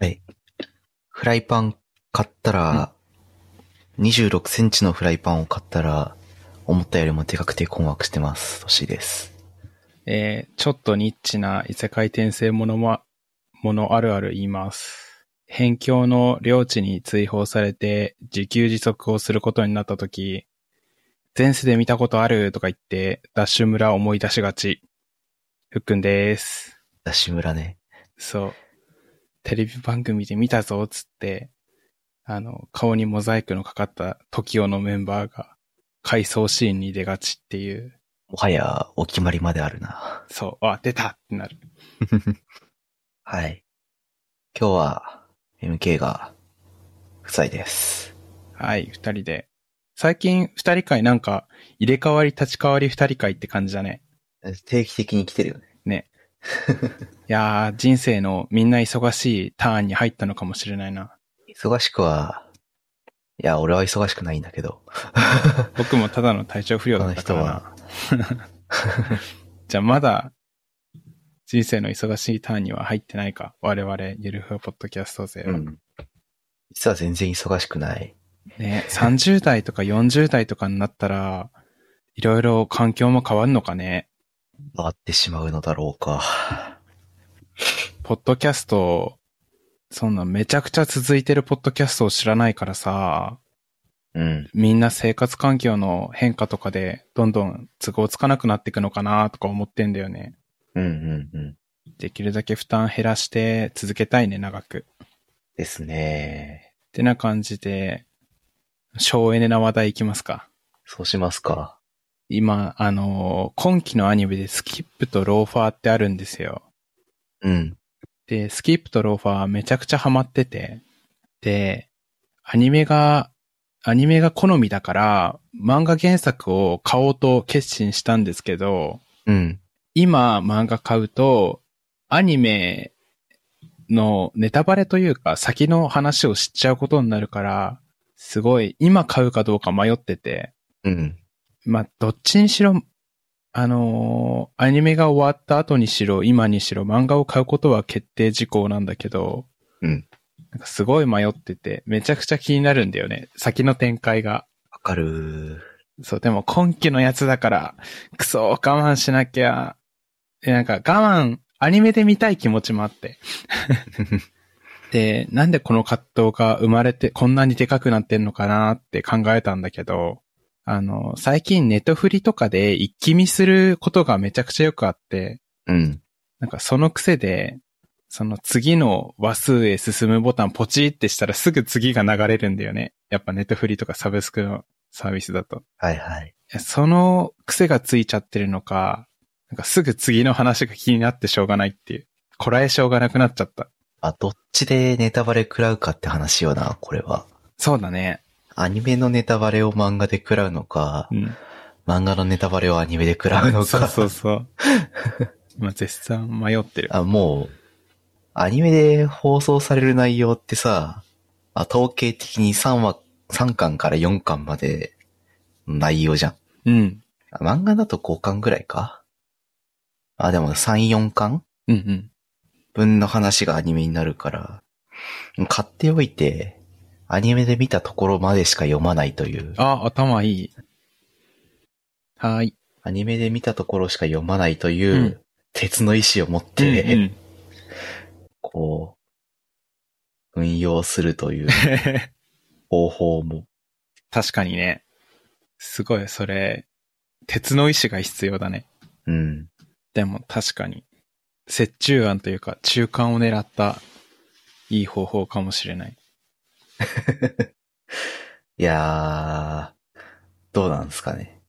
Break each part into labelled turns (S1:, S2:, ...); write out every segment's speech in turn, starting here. S1: はい。フライパン買ったら、26センチのフライパンを買ったら、思ったよりもでかくて困惑してます。年です。
S2: えーちょっとニッチな異世界転生ものも、ものあるある言います。辺境の領地に追放されて自給自足をすることになった時、前世で見たことあるとか言って、ダッシュ村思い出しがち。ふっくんです。
S1: ダッシュ村ね。
S2: そう。テレビ番組で見たぞ、つって、あの、顔にモザイクのかかった TOKIO のメンバーが、回想シーンに出がちっていう、
S1: もはや、お決まりまである な。
S2: そう、あ、出たってなる。
S1: はい。今日は、MK が、不在です。
S2: はい、二人で。最近二人会なんか、入れ替わり立ち替わり二人会って感じだね。
S1: 定期的に来てるよね。
S2: いやー、人生のみんな忙しいターンに入ったのかもしれないな。
S1: 忙しくは、いや、俺は忙しくないんだけ ど、
S2: 僕もただの体調不良
S1: 他
S2: だっ
S1: の
S2: たか
S1: 人
S2: らな。
S1: は、
S2: じゃあまだ、人生の忙しいターンには入ってないか。我々、ゆるふわポッドキャスト勢は。
S1: うん。実は全然忙しくない。
S2: ね、30代とか40代とかになったら、いろいろ環境も変わるのかね。
S1: 変わってしまうのだろうか。
S2: ポッドキャスト、そんなめちゃくちゃ続いてるポッドキャストを知らないからさ、
S1: うん。
S2: みんな生活環境の変化とかで、どんどん都合つかなくなっていくのかなとか思ってんだよね。
S1: うんうんうん。
S2: できるだけ負担減らして続けたいね、長く。
S1: ですね。
S2: ってな感じで、省エネな話題いきますか。
S1: そうしますか。
S2: 今、あのー今期のアニメでスキップとローファーってあるんですよ。
S1: うん。
S2: で、スキップとローファーめちゃくちゃハマってて、で、アニメが、アニメが好みだから、漫画原作を買おうと決心したんですけど、
S1: うん。
S2: 今漫画買うと、アニメのネタバレというか、先の話を知っちゃうことになるから、すごい、今買うかどうか迷ってて、
S1: うん。
S2: まあ、どっちにしろ、あのーアニメが終わった後にしろ、今にしろ、漫画を買うことは決定事項なんだけど、
S1: うん。
S2: なんかすごい迷ってて、めちゃくちゃ気になるんだよね。先の展開が。
S1: わかる。
S2: そう、でも今期のやつだから、くそ、我慢しなきゃ。で、なんか我慢、アニメで見たい気持ちもあって。で、なんでこの葛藤が生まれて、こんなにでかくなってんのかなって考えたんだけど、あの、最近ネトフリとかで一気見することがめちゃくちゃよくあって、
S1: うん。
S2: なんかその癖で、その次の話数へ進むボタンポチってしたらすぐ次が流れるんだよね。やっぱネトフリとかサブスクのサービスだと。
S1: はいはい。
S2: その癖がついちゃってるのか、なんかすぐ次の話が気になってしょうがないっていう。こらえしょうがなくなっちゃった。
S1: あ、どっちでネタバレ食らうかって話よな、これは。
S2: そうだね。
S1: アニメのネタバレを漫画で食らうのか、
S2: うん。
S1: 漫画のネタバレをアニメで食らうのか。
S2: そうそう そう。今絶賛迷ってる。
S1: あ、もう、アニメで放送される内容ってさ、あ統計的に3話、3巻から4巻までの内容じゃん。
S2: うん。
S1: あ漫画だと5巻ぐらいかあ、でも3、4巻
S2: うんうん。
S1: 分の話がアニメになるから、買っておいて、アニメで見たところまでしか読まないという。
S2: あ、頭いい。はーい。
S1: アニメで見たところしか読まないという、
S2: うん
S1: 鉄の意志を持って、こう、運用するという
S2: うんうん
S1: 方法も
S2: 確かにね。すごい、それ、鉄の意志が必要だね。
S1: うん。
S2: でも確かに、折衷案というか、中間を狙った、いい方法かもしれない。
S1: いやー、どうなんですかね。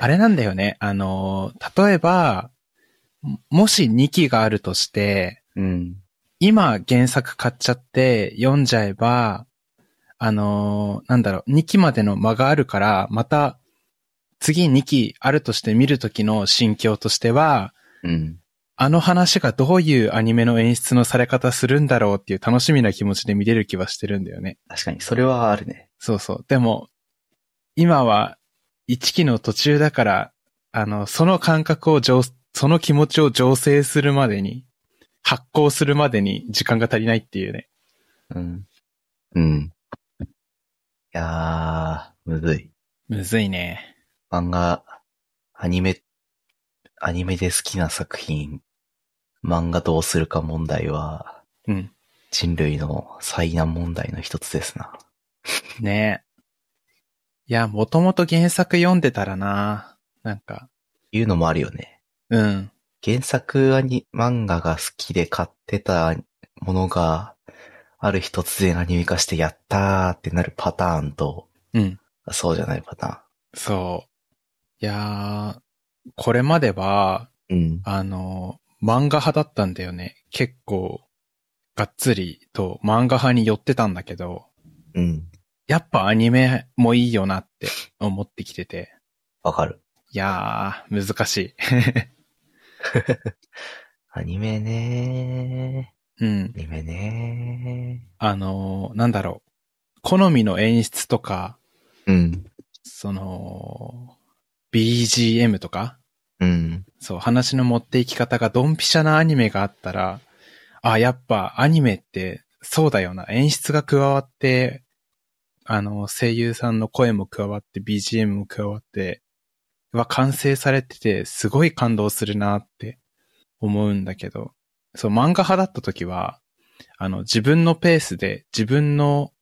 S2: あれなんだよね。あのー、例えば、ももし2期があるとして、
S1: うん。
S2: 今原作買っちゃって読んじゃえば、あのーなんだろう、2期までの間があるから、また、次2期あるとして見るときの心境としては、
S1: うん。
S2: あの話がどういうアニメの演出のされ方するんだろうっていう楽しみな気持ちで見れる気はしてるんだよね。
S1: 確かに、それはあるね。
S2: そうそう。でも、今は1期の途中だから、あの、その感覚を上、その気持ちを醸成するまでに、発行するまでに時間が足りないっていうね。
S1: うん。うん。いやー、むずい。
S2: むずいね。
S1: 漫画、アニメ、アニメで好きな作品、漫画どうするか問題は、
S2: うん。
S1: 人類の災難問題の一つですな。
S2: ねえ。いや、もともと原作読んでたらな。なんか、
S1: いうのもあるよね。
S2: うん。
S1: 原作アニ漫画が好きで買ってたものが、ある日突然アニメ化してやったーってなるパターンと、
S2: うん。
S1: そうじゃないパタ
S2: そう。いやー、これまでは、
S1: ーン。うん。
S2: あの、漫画派だったんだよね。結構、がっつりと漫画派に寄ってたんだけど、
S1: うん。
S2: やっぱアニメもいいよなって思ってきてて。
S1: わかる。
S2: いやー、難し
S1: アニメね
S2: い。うん
S1: ー。。アニメね
S2: あのーなんだろう。好みの演出とか、
S1: ー。うん。
S2: その、BGM とか、
S1: うん。
S2: そう、話の持っていき方がドンピシャなアニメがあったら、あ、やっぱアニメってそうだよな。演出が加わって、あの、声優さんの声も加わって、BGM も加わって、は完成されてて、すごい感動するなって思うんだけど、そう、漫画派だった時は、あの、自分のペースで、自分の、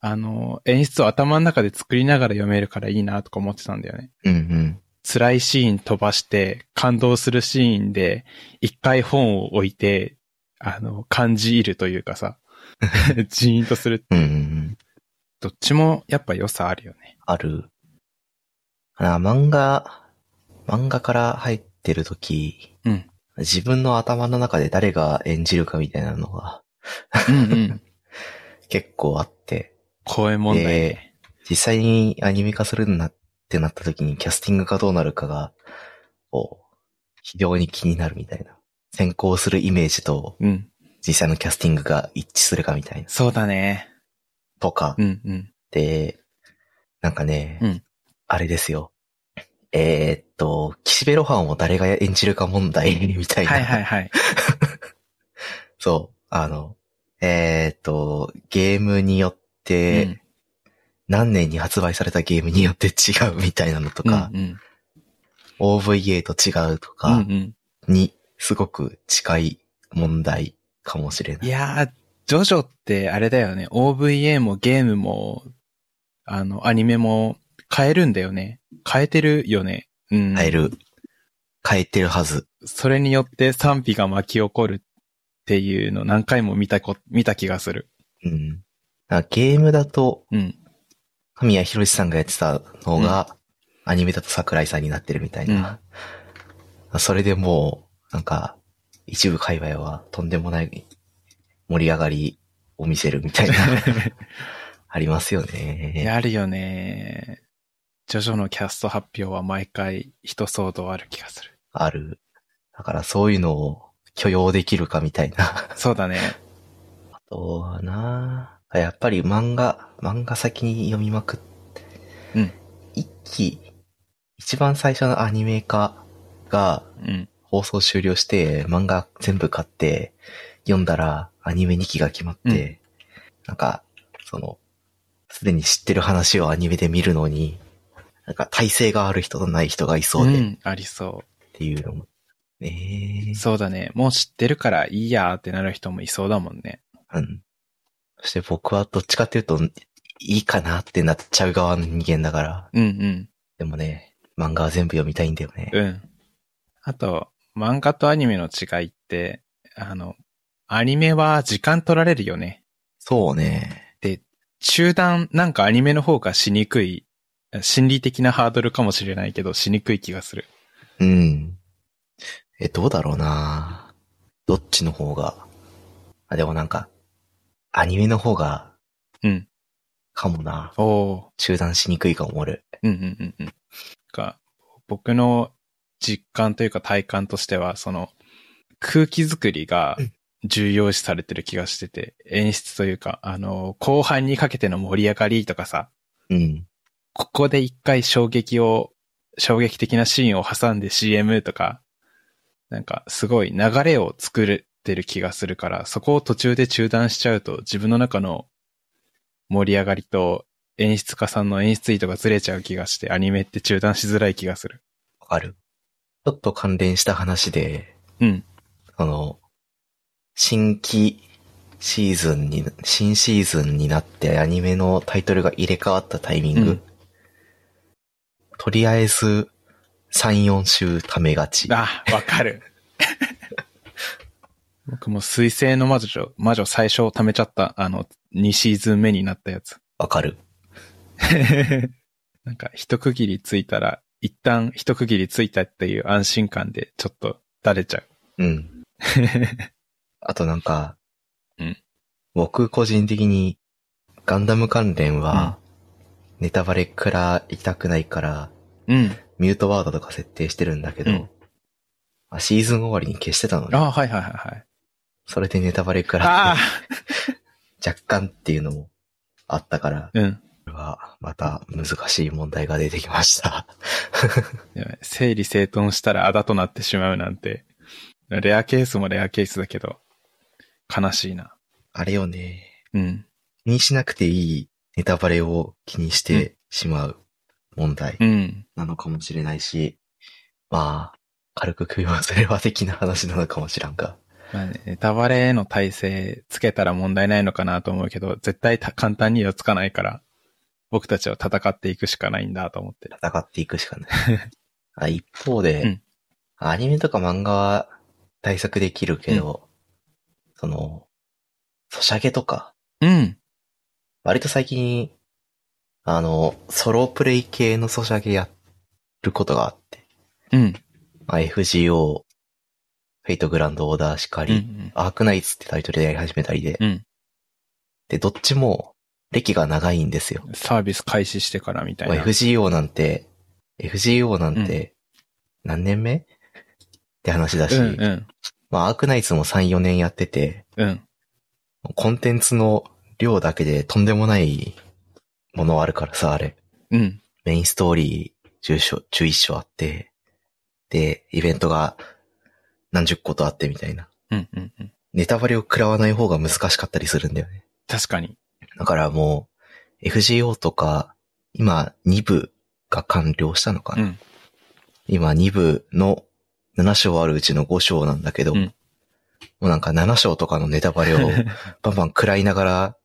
S2: あの、演出を頭の中で作りながら読めるからいいなとか思ってたんだよね。
S1: うんうん。
S2: 辛いシーン飛ばして、感動するシーンで、一回本を置いて、あの、感じ入るというか さ、ジーンとする。
S1: うんうんうん。
S2: どっちもやっぱ良さあるよね。
S1: ある。あ漫画、漫画から入ってるとき、
S2: うん
S1: 自分の頭の中で誰が演じるかみたいなのが
S2: うんうん。
S1: 結構あって、
S2: 声問題ね。
S1: 実際にアニメ化するなってなったときにキャスティングがどうなるかが、こう、非常に気になるみたいな。先行するイメージと
S2: うん。
S1: 実際のキャスティングが一致するかみたいな。
S2: そうだね。
S1: とか、
S2: うんうん。
S1: で、なんかね、
S2: うん
S1: あれですよ。えーっと、岸辺露伴を誰が演じるか問題 みたいな。
S2: はいはいはい。
S1: そう。あの、えーっと、ゲームによって、
S2: うん
S1: 何年に発売されたゲームによって違うみたいなのとか、
S2: うんうん。
S1: OVA と違うと
S2: うん
S1: か
S2: うん。
S1: に、すごく近い問題かもしれないい。
S2: やー、ジョジョってあれだよね。OVA もゲームも、あの、アニメも変えるんだよね。変えてるよね。うん。
S1: 変える。変えてるはず。
S2: それによって賛否が巻き起こるっていうの何回も見たこ、見た気がする。
S1: うん。だからゲームだと、
S2: うん。
S1: 神谷博さんがやってたのが、アニメだと桜井さんになってるみたいな。それでもう、なんか、一部界隈はとんでもない盛り上がりを見せるみた いな、ありますよね。
S2: やるよね。ジョジョのキャスト発表は毎回一騒動ある気がする。
S1: ある。だからそういうのを許容できるかみたいな。
S2: そうだね。
S1: あとはなやっぱり漫画、漫画先に読みまくって、
S2: うん
S1: 一期、一番最初のアニメ化が、
S2: うん。
S1: 放送終了して、漫画全部買って、読んだら、アニメ2期が決まって、なんか、その、すでに知ってる話をアニメで見るのに、なんか体勢がある人とない人がいそうで、っ
S2: ん、ありそ
S1: ていうのも。ね
S2: う。
S1: え
S2: そうだね。もう知ってるからいいやーってなる人もいそうだもんね。
S1: うん。そして僕はどっちかっていうと、いいかなってなっちゃう側の人間だから、
S2: うん
S1: でもね、漫画は全部読みたいんだよね。
S2: うん。うん。あと、漫画とアニメの違いって、あの、アニメは時間取られるよね。
S1: そうね。
S2: 中断、なんかアニメの方がしにくい、心理的なハードルかもしれないけど、しにくい気がする。
S1: うん。え、どうだろうなどっちの方が。あ、でもなんか、アニメの方が、
S2: うん。
S1: かもな。
S2: おお
S1: 中断しにくいかも、俺。
S2: ーうんうんうんうん。か、僕の実感というか体感としては、その、空気作りが
S1: うん
S2: 重要視されてる気がしてて、演出というか、あの、後半にかけての盛り上がりとかさ、
S1: うん。
S2: ここで一回衝撃を、衝撃的なシーンを挟んで CM とか、なんかすごい流れを作るっってる気がするから、そこを途中で中断しちゃうと、自分の中の盛り上がりと演出家さんの演出意図がずれちゃう気がして、アニメって中断しづらい気がする。
S1: わかる。ちょっと関連した話で、
S2: うん。
S1: あの、新規シーズンに、新シーズンになってアニメのタイトルが入れ替わったタイミング。
S2: うん
S1: とりあえず、3、4週ためがち。
S2: あ、わかる。 僕も水星の魔女、魔女最初貯めちゃった、あの、2シーズン目になったやつ。
S1: わかる。
S2: なんか一区切りついたら、一旦一区切りついたっていう安心感でちょっとだれちゃう。
S1: うん。あとなんか、
S2: うん
S1: 僕個人的にガンダム関連は、ネタバレくらいたくないから、
S2: うん。
S1: ミュートワードとか設定してるんだけど、
S2: うん
S1: あシーズン終わりに消してたので、
S2: ああ、はいはいはいはい。
S1: それでネタバレくら
S2: あ
S1: い
S2: あ
S1: 若干っていうのもあったから、
S2: うん。
S1: これはまた難しい問題が出てきま した。
S2: やばい整理整頓したらあだとなってしまうなんて。レアケースもレアケースだけど、悲しいな。
S1: あれよね、
S2: うん。
S1: 気にしなくていいネタバレを気にしてしまう問題
S2: うん。
S1: なのかもしれないし、まあ、軽く組み忘れは的な話なのかもしらんが。
S2: まあね、ネタバレへの耐性つけたら問題ないのかなと思うけど、絶対た簡単にはつかないから、僕たちは戦っていくしかないんだと思ってる。
S1: 戦っていくしか ない。あ一方で、
S2: うん
S1: アニメとか漫画は対策できるけど、その、ソシャゲとか、
S2: うん。
S1: 割と最近、あの、ソロプレイ系のソシャゲやることがあって、
S2: うん。
S1: まあ、FGO、フェイトグランドオーダーしか
S2: う
S1: り、
S2: ん。
S1: アークナイツってタイトルでやり始めたりで、
S2: うん
S1: で、どっちも歴が長いんですよ。
S2: サービス開始してからみたい
S1: まあ
S2: な。
S1: FGO なんて、FGO なんて、何年目、って話だし、
S2: うんうん。
S1: まあ、アークナイツも3、4年やってて、
S2: うん。
S1: コンテンツの量だけでとんでもないものあるからさ、あれ。
S2: うん。
S1: メインストーリー10章、11章あって、で、イベントが何十個とあってみたいな。
S2: うん。うん。うん。
S1: ネタバレを食らわない方が難しかったりするんだよね。
S2: 確かに。
S1: だからもう、FGO とか、今2部が完了したのか
S2: う
S1: な、
S2: ん。
S1: 今2部の7章あるうちの5章なんだけど、
S2: うん
S1: もうなんか7章とかのネタバレを バンバン食らいながら、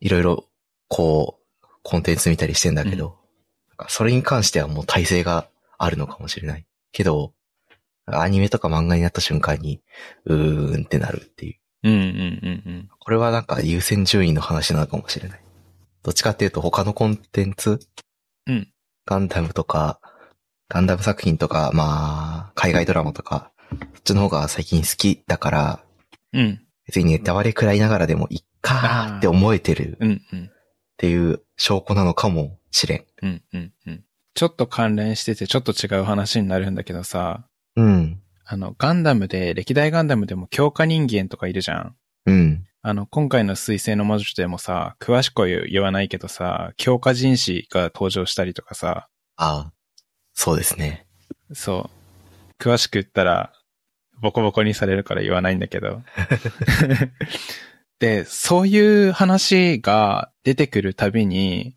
S1: いろいろこう、コンテンツ見たりしてんだけど、なんかそれに関してはもう体制があるのかもしれない。けど、アニメとか漫画になった瞬間に、うーんってなるっていう。
S2: うん。うん。うん。うん。
S1: これはなんか優先順位の話なのかもしれない。どっちかっていうと他のコンテンツ
S2: うん
S1: ガンダムとか、ガンダム作品とか、まあ、海外ドラマとか、そっちの方が最近好きだから、
S2: うん。
S1: 別にネタバレ食らいながらでもいっかーって思えてるっ
S2: うん。うん。
S1: ていう証拠なのかもしれん。
S2: うん。うん。うん。ちょっと関連してて、ちょっと違う話になるんだけどさ、
S1: うん。
S2: あの、ガンダムで、歴代ガンダムでも強化人間とかいるじゃん。
S1: うん。
S2: あの、今回の水星の魔女でもさ、詳しくは言わないけどさ、強化人士が登場したりとかさ、
S1: あそうですね。
S2: そう。詳しく言ったら、ボコボコにされるから言わないんだけど。で、そういう話が出てくるたびに、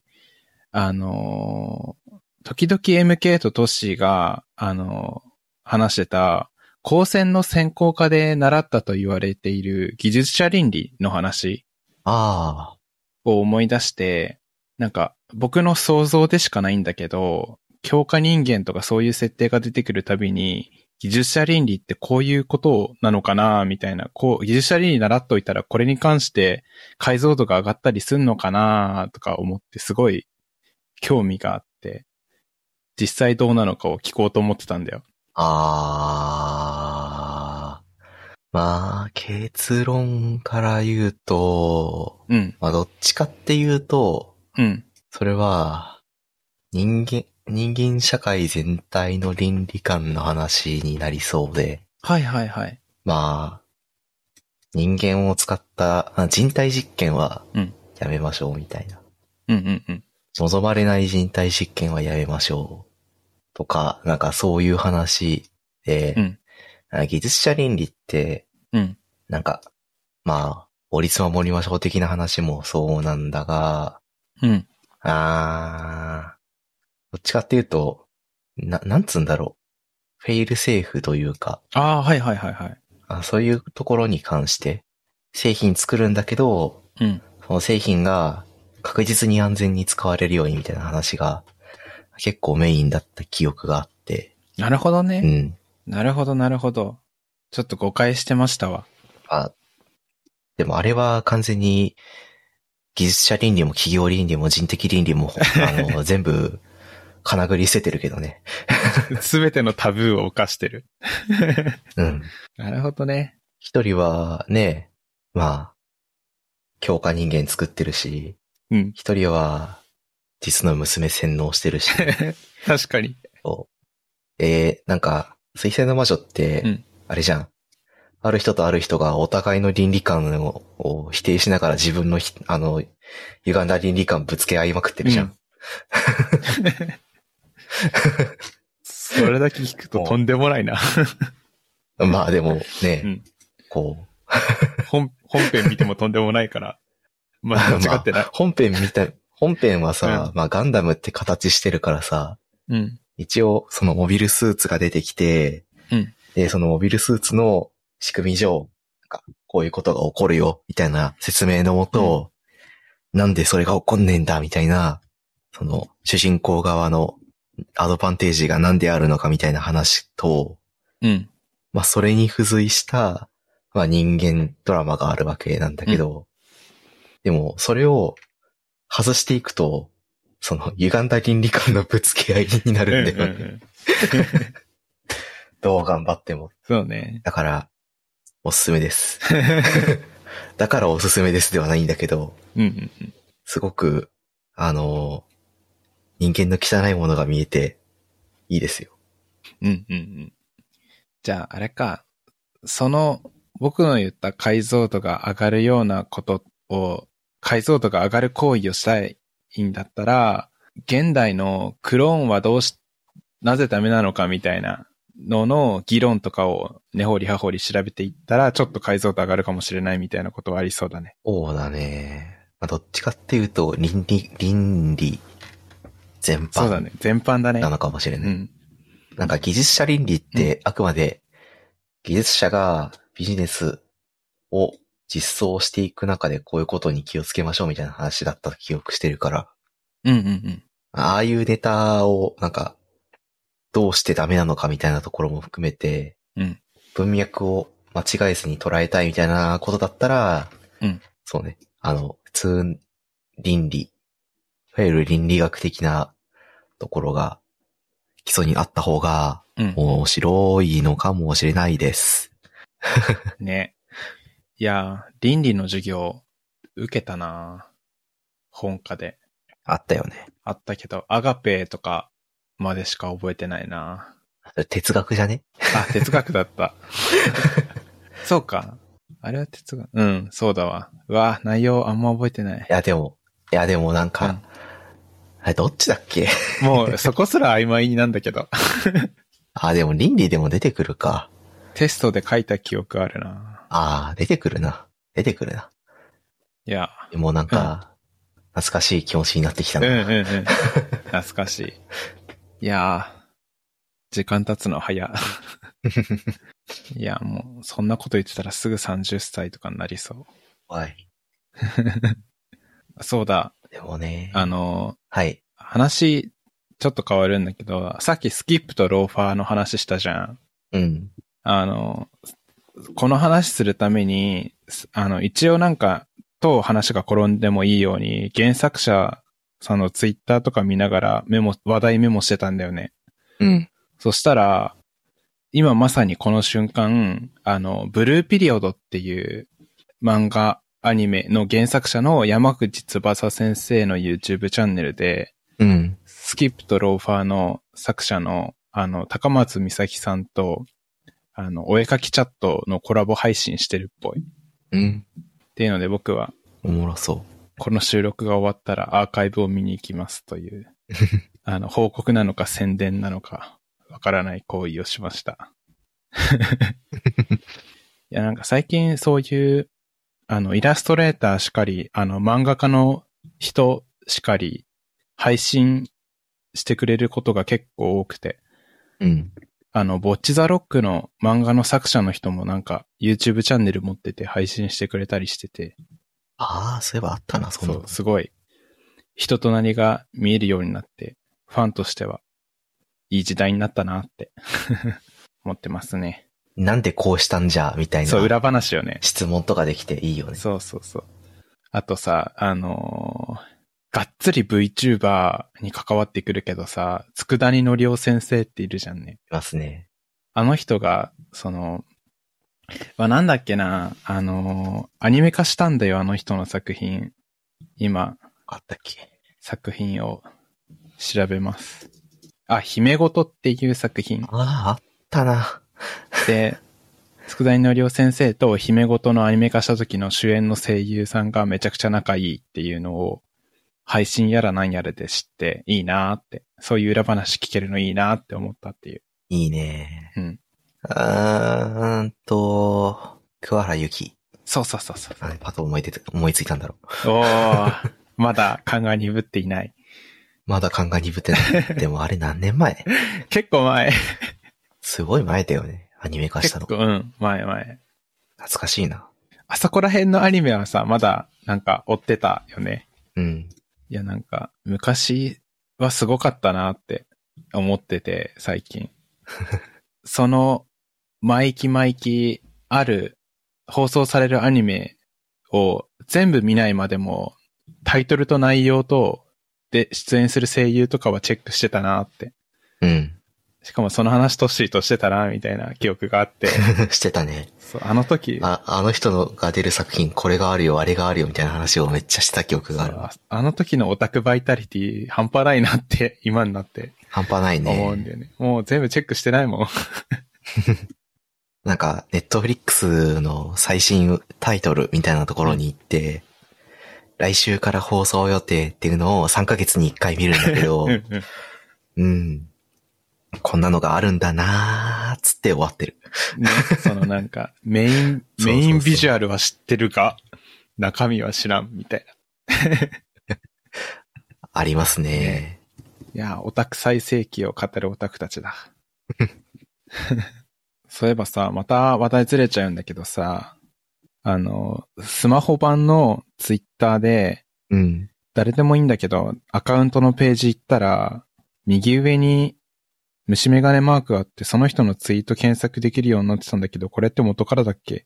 S2: あのー時々 MK とトッシーが、あのー話してた、高専の専攻科で習ったと言われている技術者倫理の話。
S1: ああ、
S2: を思い出して、なんか僕の想像でしかないんだけど、強化人間とかそういう設定が出てくるたびに、技術者倫理ってこういうことなのかなみたいな、こう、技術者倫理習っといたらこれに関して解像度が上がったりすんのかなとか思ってすごい興味があって、実際どうなのかを聞こうと思ってたんだよ。
S1: ああ。まあ、結論から言うと、
S2: うん、
S1: まあ、どっちかっていうと、
S2: うん、
S1: それは、人間、人間社会全体の倫理観の話になりそうで、
S2: はいはいはい。
S1: まあ、人間を使った、あ人体実験は
S2: うん
S1: やめましょうみたいな。
S2: うんうんうん。
S1: 望まれない人体実験はやめましょう。とか、なんかそういう話で、
S2: うん
S1: あ技術者倫理って、
S2: うん
S1: なんか、まあ、折りつま盛りましょう的な話もそうなんだが、
S2: うん。
S1: あー、どっちかっていうと、な、なんつうんだろう。フェイルセーフというか、
S2: ああ、はいはいはいはい。
S1: あそういうところに関して、製品作るんだけど、
S2: うん。
S1: その製品が確実に安全に使われるようにみたいな話が、結構メインだった記憶があって、
S2: なるほどね。
S1: うん。
S2: なるほどなるほど。ちょっと誤解してました わ。
S1: あ、でもあれは完全に、技術者倫理も企業倫理も人的倫理も、あ の、全部、金繰り捨ててるけどね。
S2: すべてのタブーを犯してる。
S1: うん。
S2: なるほどね。
S1: 一人はね、まあ、強化人間作ってるし、
S2: うん。
S1: 一人は実の娘洗脳してる し、
S2: 確かに。
S1: そうえー、なんか、水星の魔女って、
S2: うん
S1: あれじゃん。ある人とある人がお互いの倫理観をを否定しながら自分のひ、あの、歪んだ倫理観ぶつけ合いまくってるじゃん。
S2: うんそれだけ聞くととんでもないな。
S1: まあでもね、
S2: うん
S1: こう、
S2: 本、本編見てもとんでもないから。まあ、間違ってない。
S1: 本編見た、本編はさ、まあガンダムって形してるからさ、
S2: うん。
S1: 一応、そのモビルスーツが出てきて、
S2: うん
S1: で、そのモビルスーツの仕組み上、なんか、こういうことが起こるよ、みたいな説明のもと、なんでそれが起こんねえんだ、みたいな、その、主人公側のアドバンテージが何であるのかみたいな話と、
S2: うん。
S1: まあ、それに付随した、まあ、人間ドラマがあるわけなんだけど、でも、それを外していくと、その、歪んだ倫理観のぶつけ合いにな
S2: うんう
S1: るん
S2: ん
S1: だよね。
S2: うん。
S1: どう頑張っても。
S2: そうね。
S1: だから、おすすめ です。だからおすすめですではないんだけど、
S2: うんうんうん。
S1: すごく、あの、人間の汚いものが見えて、いいですよ。
S2: うんうんうん。じゃあ、あれか。その、僕の言った解像度が上がるようなことを、解像度が上がる行為をしたいんだったら、現代のクローンはどうし、なぜダメなのかみたいなのの議論とかを根掘り葉掘り調べていったら、ちょっと解像度上がるかもしれないみたいなことはありそうだね。
S1: そうだね。まあ、どっちかっていうと、倫理、倫理全
S2: そうだ
S1: 般
S2: ね。全般だね。
S1: なのかもしれな
S2: う
S1: い。
S2: ん。
S1: なんか技術者倫理ってあくまで技術者がビジネスを実装していく中でこういうことに気をつけましょうみたいな話だったと記憶してるから、
S2: うんうんうん。
S1: ああいうネタを、なんか、どうしてダメなのかみたいなところも含めて、
S2: うん
S1: 文脈を間違えずに捉えたいみたいなことだったら、
S2: うん
S1: そうね。あの、普通、倫理、いわゆる倫理学的なところが、基礎にあった方が
S2: うん。
S1: 面白いのかもしれないです。
S2: ね。いやー、倫理の授業、受けたな本科で。
S1: あったよね。
S2: あったけど、アガペーとかまでしか覚えてないな
S1: 哲学じゃね
S2: あ、哲学だった。そうか。あれは哲学。うん、そうだわ。うわ、内容あんま覚えてない
S1: い。や、でも、いや、でもなん
S2: うん
S1: か、あれどっちだっけ
S2: もう、そこすら曖昧なんだけど。
S1: あ、でも倫理でも出てくるか。
S2: テストで書いた記憶あるな
S1: ああ、出てくるな。出てくるな。
S2: いや、
S1: もうなんか、懐かしい気持ちになってきた
S2: うん
S1: な。
S2: うんうん。懐かしい。いやー、時間経つの早。いや、もう、そんなこと言ってたらすぐ30歳とかになりそ
S1: はい。
S2: う。そうだ、
S1: でもね。
S2: あの、
S1: はい。
S2: 話、ちょっと変わるんだけど、さっきスキップとローファーの話したじゃん。
S1: うん。
S2: あの、この話するために、すあの、一応なんか、と話が転んでもいいように、原作者さんのツイッターとか見ながらメモ、話題メモしてたんだよね。
S1: うん。
S2: そしたら、今まさにこの瞬間、あの、ブルーピリオドっていう漫画、アニメの原作者の山口翼先生の YouTube チャンネルで、
S1: うん。
S2: スキップとローファーの作者の、あの、高松美咲さんと、あの、お絵かきチャットのコラボ配信してるっぽい。っ
S1: うん。
S2: ていうので僕は、
S1: おもろそ
S2: この収録が終わったらアーカイブを見に行きますという、あの、報告なのか宣伝なのか、わからない行為をしました。いや、なんか最近そういう、あの、イラストレーターしかり、あの、漫画家の人しかり、配信してくれることが結構多くて、
S1: うん。
S2: あの、ボッチザロックの漫画の作者の人もなんか YouTube チャンネル持ってて配信してくれたりしてて、
S1: ああ、そういえばあったな、そんな
S2: そ
S1: の
S2: う、。すごい人となりが見えるようになって、ファンとしてはいい時代になったなって 思ってますね。
S1: なんでこうしたんじゃ、みたい
S2: そう、
S1: な
S2: 裏話よね。
S1: 質問とかできていいよね。
S2: そうそうそう。あとさ、あのーがっつり VTuber に関わってくるけどさ、佃煮のりお先生っているじゃんね。
S1: いますね。
S2: あの人が、その、まあ、なんだっけな、あのーアニメ化したんだよ、あの人の作品。今、
S1: あったっけ
S2: 作品を調べます。あ、姫ごとっていう作品
S1: ああ、あったな。
S2: で、佃煮のりお先生と姫ごとのアニメ化した時の主演の声優さんがめちゃくちゃ仲いいっていうのを配信やらなんやらで知っていいなーって、そういう裏話聞けるのいいなーって思ったっていう。
S1: いいね。
S2: うん。
S1: うーんと、桑原ゆき。
S2: そうそうそうそう。
S1: あパッと思い出て、思いついたんだろう。
S2: おー、まだ勘が鈍っていない。
S1: まだ勘が鈍って ない。でもあれ何年前
S2: 結構前。
S1: すごい前だよね。アニメ化した
S2: 結
S1: の。懐
S2: 構、うん、前前。
S1: かしいな。
S2: あそこら辺のアニメはさ、まだなんか追ってたよね。
S1: うん。
S2: いやなんか、昔はすごかったなって思ってて、最 近。その、毎期毎期ある、放送されるアニメを全部見ないまでも、タイトルと内容と、で、出演する声優とかはチェックしてたなって。
S1: うん。
S2: しかもその話としーとしてたな、みたいな記憶があって。
S1: してたね。
S2: そうあの時、
S1: あ、あの人のが出る作品、これがあるよ、あれがあるよ、みたいな話をめっちゃした記憶があるわ。
S2: そうあの時のオタクバイタリティ半端ないなって、今になって
S1: 半端ない
S2: 思うん
S1: ね。
S2: だよね。もう全部チェックしてないもん。
S1: なんか、ネットフリックスの最新タイトルみたいなところに行って、来週から放送予定っていうのを3ヶ月に1回見るんだけど
S2: う、んうん
S1: うん。こんなのがあるんだなーっつって終わってる。
S2: ね、そのなん か、メイン、
S1: そうそうそう
S2: メインビジュアルは知ってるが、中身は知らん、みたいな。
S1: ありますね
S2: ねいやー、オタク最盛期を語るオタクたち だ。そういえばさ、また話題ずれちゃうんだけどさ、あの、スマホ版のツイッターで、
S1: うん。
S2: 誰でもいいんだけど、アカウントのページ行ったら、右上に虫眼鏡マークがあって、その人のツイート検索できるようになってたんだけど、これって元からだっけ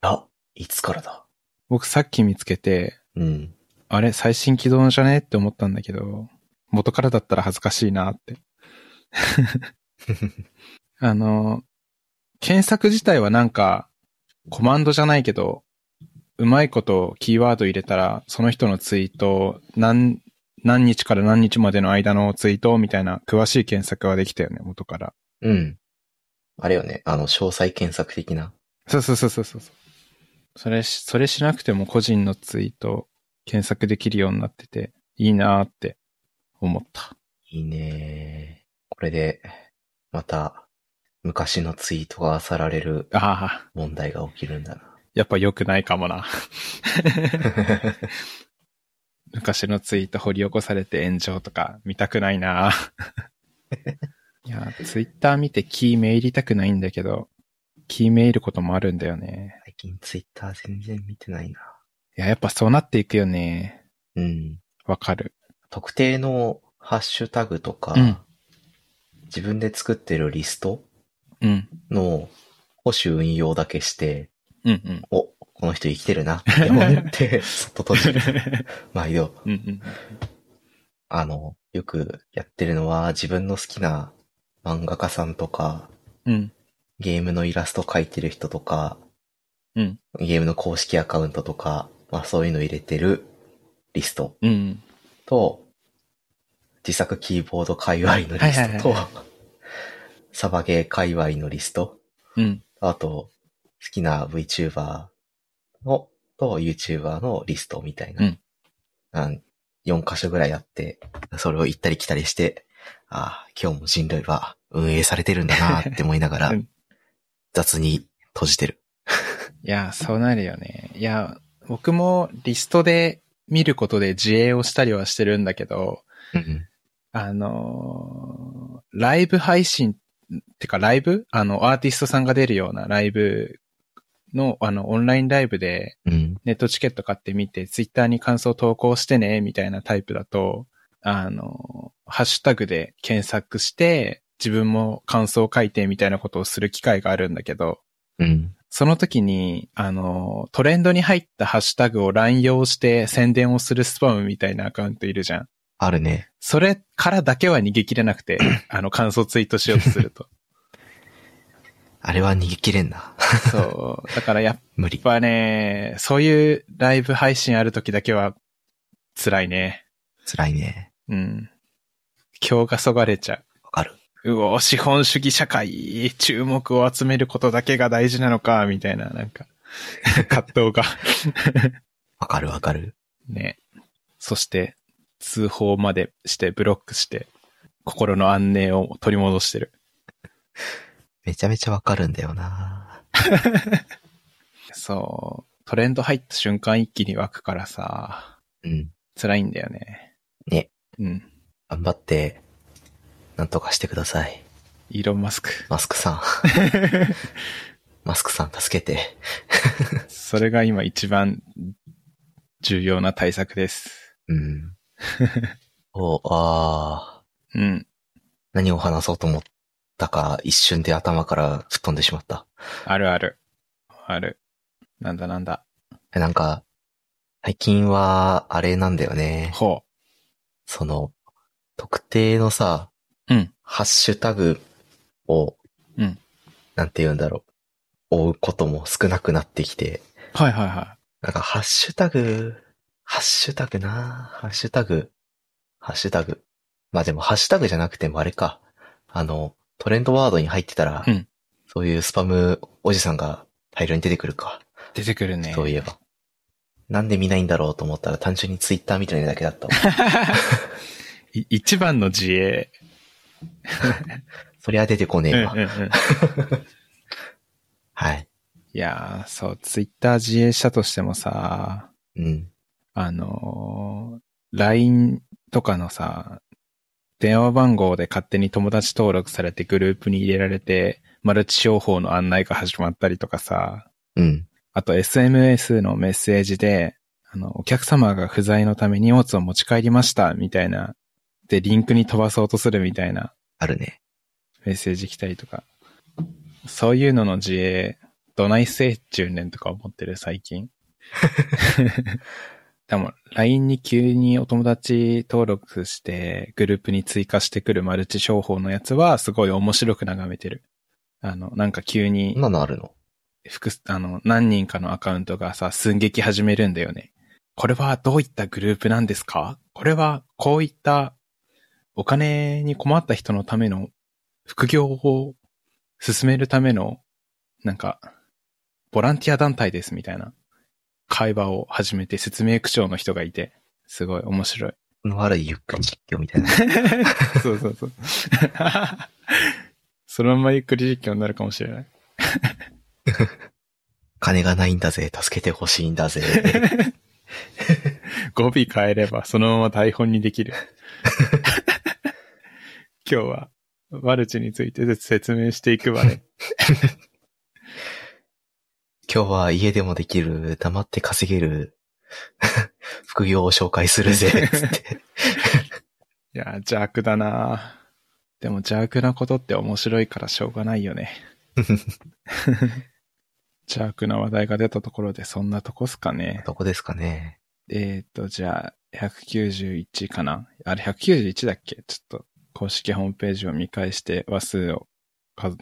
S1: あ、いつからだ
S2: 僕さっき見つけて、
S1: うん。
S2: あれ、最新起動じゃねって思ったんだけど、元からだったら恥ずかしいなって。あの、検索自体はなんか、コマンドじゃないけど、うまいことキーワード入れたら、その人のツイート、何、何日から何日までの間のツイートみたいな詳しい検索はできたよね、元から。
S1: うん。あれよね、あの、詳細検索的な。
S2: そうそうそうそうそう。それし、それしなくても個人のツイート検索できるようになってて、いいなーって思った。
S1: いいねーこれで、また、昔のツイートが漁られる
S2: ああ、
S1: 問題が起きるんだ な。
S2: やっぱ良くないかもな。昔のツイート掘り起こされて炎上とか見たくないな。いや、ツイッター見てキーメイりたくないんだけど、キーメイることもあるんだよね。
S1: 最近ツイッター全然見てないな。
S2: いや、やっぱそうなっていくよね。
S1: うん。
S2: わかる。
S1: 特定のハッシュタグとか、
S2: うん
S1: 自分で作ってるリスト
S2: うん。
S1: の保守運用だけして、
S2: うんうん。
S1: お、この人生きてるなって思って、 そっと閉じる。毎度。
S2: うんうん。
S1: あの、よくやってるのは自分の好きな漫画家さんとか、
S2: うん。
S1: ゲームのイラスト描いてる人とか、
S2: うん
S1: ゲームの公式アカウントとか、まあそういうの入れてるリスト
S2: うん。
S1: と、自作キーボード界隈のリストと、
S2: はいは
S1: サバゲー界隈のリスト、
S2: うん。
S1: あと、好きな VTuber の、と YouTuber のリストみたいな。
S2: うん
S1: うん4箇所ぐらいあって、それを行ったり来たりして、ああ、今日も人類 は運営されてるんだなって思いながら
S2: うん、
S1: 雑に閉じてる。
S2: いや、そうなるよね。いや、僕もリストで見ることで自営をしたりはしてるんだけど、
S1: うん
S2: あのーライブ配信、ってかライブあの、アーティストさんが出るようなライブの、あの、オンラインライブで
S1: うん。うん。
S2: ネットチケット買ってみて、ツイッターに感想投稿してね、みたいなタイプだと、あのーハッシュタグで検索して、自分も感想を書いてみたいなことをする機会があるんだけど、
S1: うん。
S2: その時に、あの、トレンドに入ったハッシュタグを乱用して宣伝をするスパムみたいなアカウントいるじゃん。
S1: あるね。
S2: それからだけは逃げ切れなくて、あの、感想ツイートしようとすると。
S1: あれは逃げ切れんな。
S2: そう。だからやっ
S1: 無理。
S2: ぱね、そういうライブ配信ある時だけは辛いね。
S1: 辛いね。
S2: うん。今日がそがれちゃ
S1: わかる。
S2: う。うお、資本主義社会、注目を集めることだけが大事なのか、みたいな、なんか、 葛藤が。
S1: わかるわかる。
S2: ね。そして、通報までして、ブロックして、心の安寧を取り戻してる。
S1: めちゃめちゃわかるんだよな。
S2: そう。トレンド入った瞬間一気に湧くからさ、
S1: うん。
S2: 辛いんだよね。
S1: ね。
S2: うん。
S1: 頑張って、なんとかしてください。
S2: イーロン・マスク。
S1: マスクさん。マスクさん、助けて。
S2: それが今一番重要な対策です。
S1: うん。お、あー
S2: うん。
S1: 何を話そうと思ったか、一瞬で頭から吹っ飛んでしまった。
S2: あるある。ある。なんだなんだ。
S1: えなんか、最近は、あれなんだよね。
S2: ほ
S1: その、特定のさ、
S2: う。うん。
S1: ハッシュタグを、
S2: うん
S1: なんて言うんだろう。追うことも少なくなってきて、
S2: はいはいは
S1: なんか、ハッシュタグ、ハッシュタグなハッシュタグ、ハッシュタグ。まあでも、ハッシュタグじゃなくてもあれか。あの、トレンドワードに入ってたら、
S2: うん
S1: そういうスパムおじさんが大量に出てくるか。
S2: い。出てくるね。
S1: そういえば。なんで見ないんだろうと思ったら、単純にツイッター見てないだけだった わ。
S2: い一番の自衛。
S1: そりゃ出てこねえわ。
S2: うんうんうん
S1: はい。
S2: いやー、そう、ツイッター自衛したとしてもさ、
S1: うん。
S2: あのー LINE とかのさ、電話番号で勝手に友達登録されてグループに入れられて、マルチ商法の案内が始まったりとかさ、
S1: うん。
S2: あと SMS のメッセージで、あの、お客様が不在のため荷物を持ち帰りました、みたいな。で、リンクに飛ばそうとするみたいな
S1: あるね。
S2: メッセージ来たりとか。そういうのの自衛、どないせえっちゅうねんとか思ってる最近。 でも、LINE に急にお友達登録して、グループに追加してくるマルチ商法のやつは、すごい面白く眺めてる。あの、なんか急
S1: こ
S2: に
S1: ん、なのあるの
S2: 複数、あの、何人かのアカウントがさ、寸劇始めるんだよね。これはどういったグループなんですかこれはこういったお金に困った人のための副業を進めるための、なんか、ボランティア団体ですみたいな会話を始めて説明口調の人がいて、すごい面白い。
S1: の悪いゆっくり実況みた いな。
S2: そうそう そう。そのままゆっくり実況になるかもしれない。
S1: 金がないんだぜ、助けてほしいんだぜ。
S2: 語尾変えればそのまま台本にできる。今日はマルチについて説明していくわね。
S1: 今日は家でもできる、黙って稼げる、 副業を紹介するぜ、つって。
S2: いや、邪悪だなでも邪悪なことって面白いからしょうがないよね。邪悪な話題が出たところでそんなとこっすかね。
S1: どこですかね。
S2: えっ、と、じゃあ、191かなあれ、191だっけちょっと、公式ホームページを見返して話数を数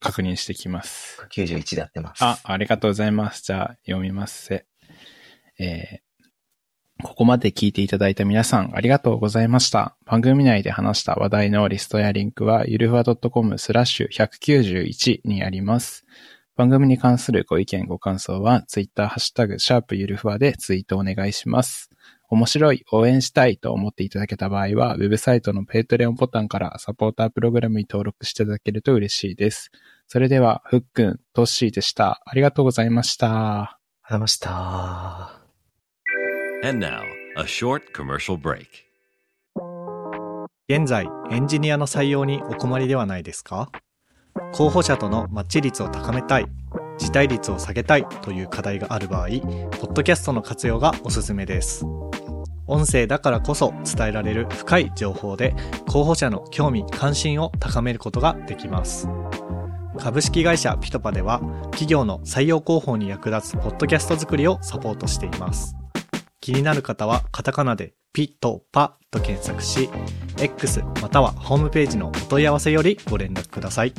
S2: 確認してきます。
S1: 91でやってます。
S2: あ、ありがとうございます。じゃあ、読みますせ。えーここまで聞いていただいた皆さん、ありがとうございました。番組内で話した話題のリストやリンクは、ゆるふわ .com スラッシュ191にあります。番組に関するご意見、ご感想は、ツイッターハッシュタグ、シャープゆるふわでツイートお願いします。面白い、応援したいと思っていただけた場合は、ウェブサイトのペイトレオンボタンからサポータープログラムに登録していただけると嬉しいです。それでは、ふっくん、トッシーでした。ありがとうございました。
S1: ありがとうございました。
S3: And now, a short commercial break.
S4: 現在エンジニアの採用にお困りではないですか候補者とのマッチ率を高めたい辞退率を下げたいという課題がある場合ポッドキャストの活用がおすすめです音声だからこそ伝えられる深い情報で候補者の興味関心を高めることができます株式会社ピトパでは企業の採用広報に役立つポッドキャスト作りをサポートしています気になる方はカタカナでピトパと検索し X またはホームページのお問い合わせよりご連絡ください。